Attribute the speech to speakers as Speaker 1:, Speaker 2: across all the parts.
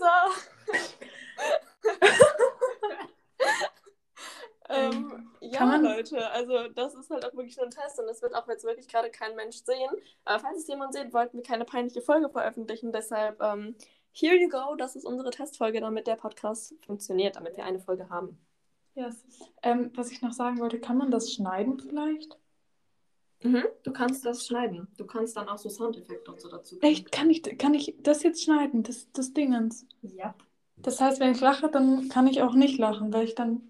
Speaker 1: Ähm, Leute. Also das ist halt auch wirklich nur ein Test und das wird auch jetzt wirklich gerade kein Mensch sehen. Aber falls es jemand sehen, wollten wir keine peinliche Folge veröffentlichen. Deshalb, ähm, here you go, das ist unsere Testfolge, damit der Podcast funktioniert, damit wir eine Folge haben.
Speaker 2: Yes. Ähm, was ich noch sagen wollte, kann man das schneiden vielleicht?
Speaker 1: Mhm. Du kannst das schneiden. Du kannst dann auch so Soundeffekte und so dazu. tun.
Speaker 2: Echt? Kann ich, kann ich das jetzt schneiden, das, das Dingens?
Speaker 1: Ja.
Speaker 2: Das heißt, wenn ich lache, dann kann ich auch nicht lachen, weil ich dann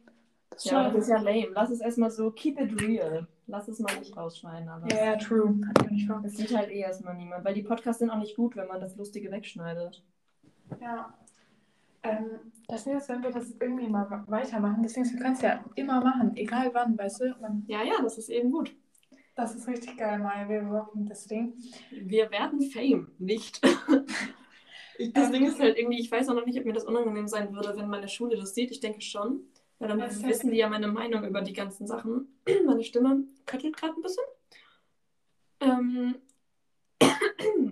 Speaker 2: das
Speaker 1: Ja, das
Speaker 2: schneide.
Speaker 1: ist ja lame. Lass es erstmal so, keep it real. Lass es mal nicht rausschneiden, aber
Speaker 2: Ja, ja, true. Hat ich auch nicht vor.
Speaker 1: es sieht halt eh erstmal niemand, weil die Podcasts sind auch nicht gut, wenn man das Lustige wegschneidet.
Speaker 2: Ja. Ähm, das Ding ist, wenn wir das irgendwie mal wa- weitermachen, deswegen, wir können es ja immer machen, egal wann, weißt du? Man,
Speaker 1: Ja, ja, das ist eben gut.
Speaker 2: das ist richtig geil, Maya, wir rocken das Ding.
Speaker 1: Wir werden Fame, nicht. Ich- das
Speaker 2: Ähm.
Speaker 1: Ding ist halt irgendwie, ich weiß auch noch nicht, ob mir das unangenehm sein würde, wenn meine Schule das sieht. Ich denke schon. Weil dann
Speaker 2: Was denn?
Speaker 1: wissen die ja meine Meinung über die ganzen Sachen. Meine Stimme köttelt gerade ein bisschen. Ähm.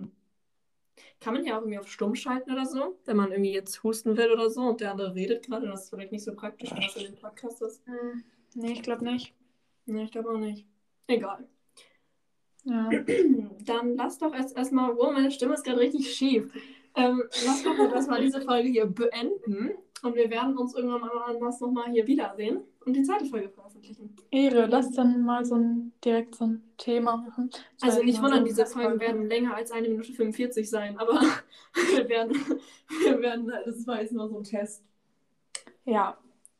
Speaker 1: Kann man ja auch irgendwie auf stumm schalten oder so, wenn man irgendwie jetzt husten will oder so und der andere redet gerade. Das ist vielleicht nicht so praktisch, wenn das in dem Podcast ist.
Speaker 2: Hm, nee, ich glaube nicht.
Speaker 1: Nee, Ne, ich glaube auch nicht. Egal.
Speaker 2: Ja.
Speaker 1: Dann lass doch erst erstmal, wow, meine Stimme ist gerade richtig schief. Ähm, lass doch jetzt erstmal diese Folge hier beenden und wir werden uns irgendwann mal anders nochmal hier wiedersehen und die zweite Folge veröffentlichen.
Speaker 2: Ehre, lass dann mal so ein, direkt so ein Thema machen. Das
Speaker 1: Also
Speaker 2: heißt,
Speaker 1: nicht
Speaker 2: mal so
Speaker 1: wundern,
Speaker 2: ein
Speaker 1: diese Folgen werden länger als eine Minute 45 sein, aber wir werden, wir werden, das war jetzt nur so ein Test.
Speaker 2: Ja,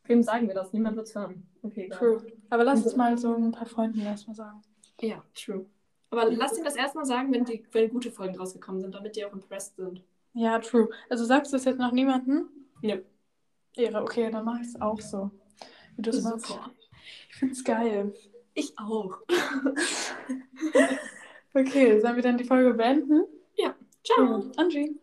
Speaker 1: Wem sagen wir das? Niemand wird's hören. Okay, egal.
Speaker 2: true. Aber lass es mal so ein paar Freunden erstmal sagen.
Speaker 1: Ja, true. Aber lass dir das erstmal sagen, wenn, die, wenn gute Folgen rausgekommen sind, damit die auch impressed sind.
Speaker 2: Ja, true. Also sagst du es jetzt noch niemandem?
Speaker 1: Nö.
Speaker 2: Ehre, okay, dann mach ich es auch so. Wie du es machst.
Speaker 1: Super.
Speaker 2: Ich find's geil.
Speaker 1: Ich auch.
Speaker 2: Okay, sollen wir dann die Folge beenden?
Speaker 1: Ciao.
Speaker 2: Angie.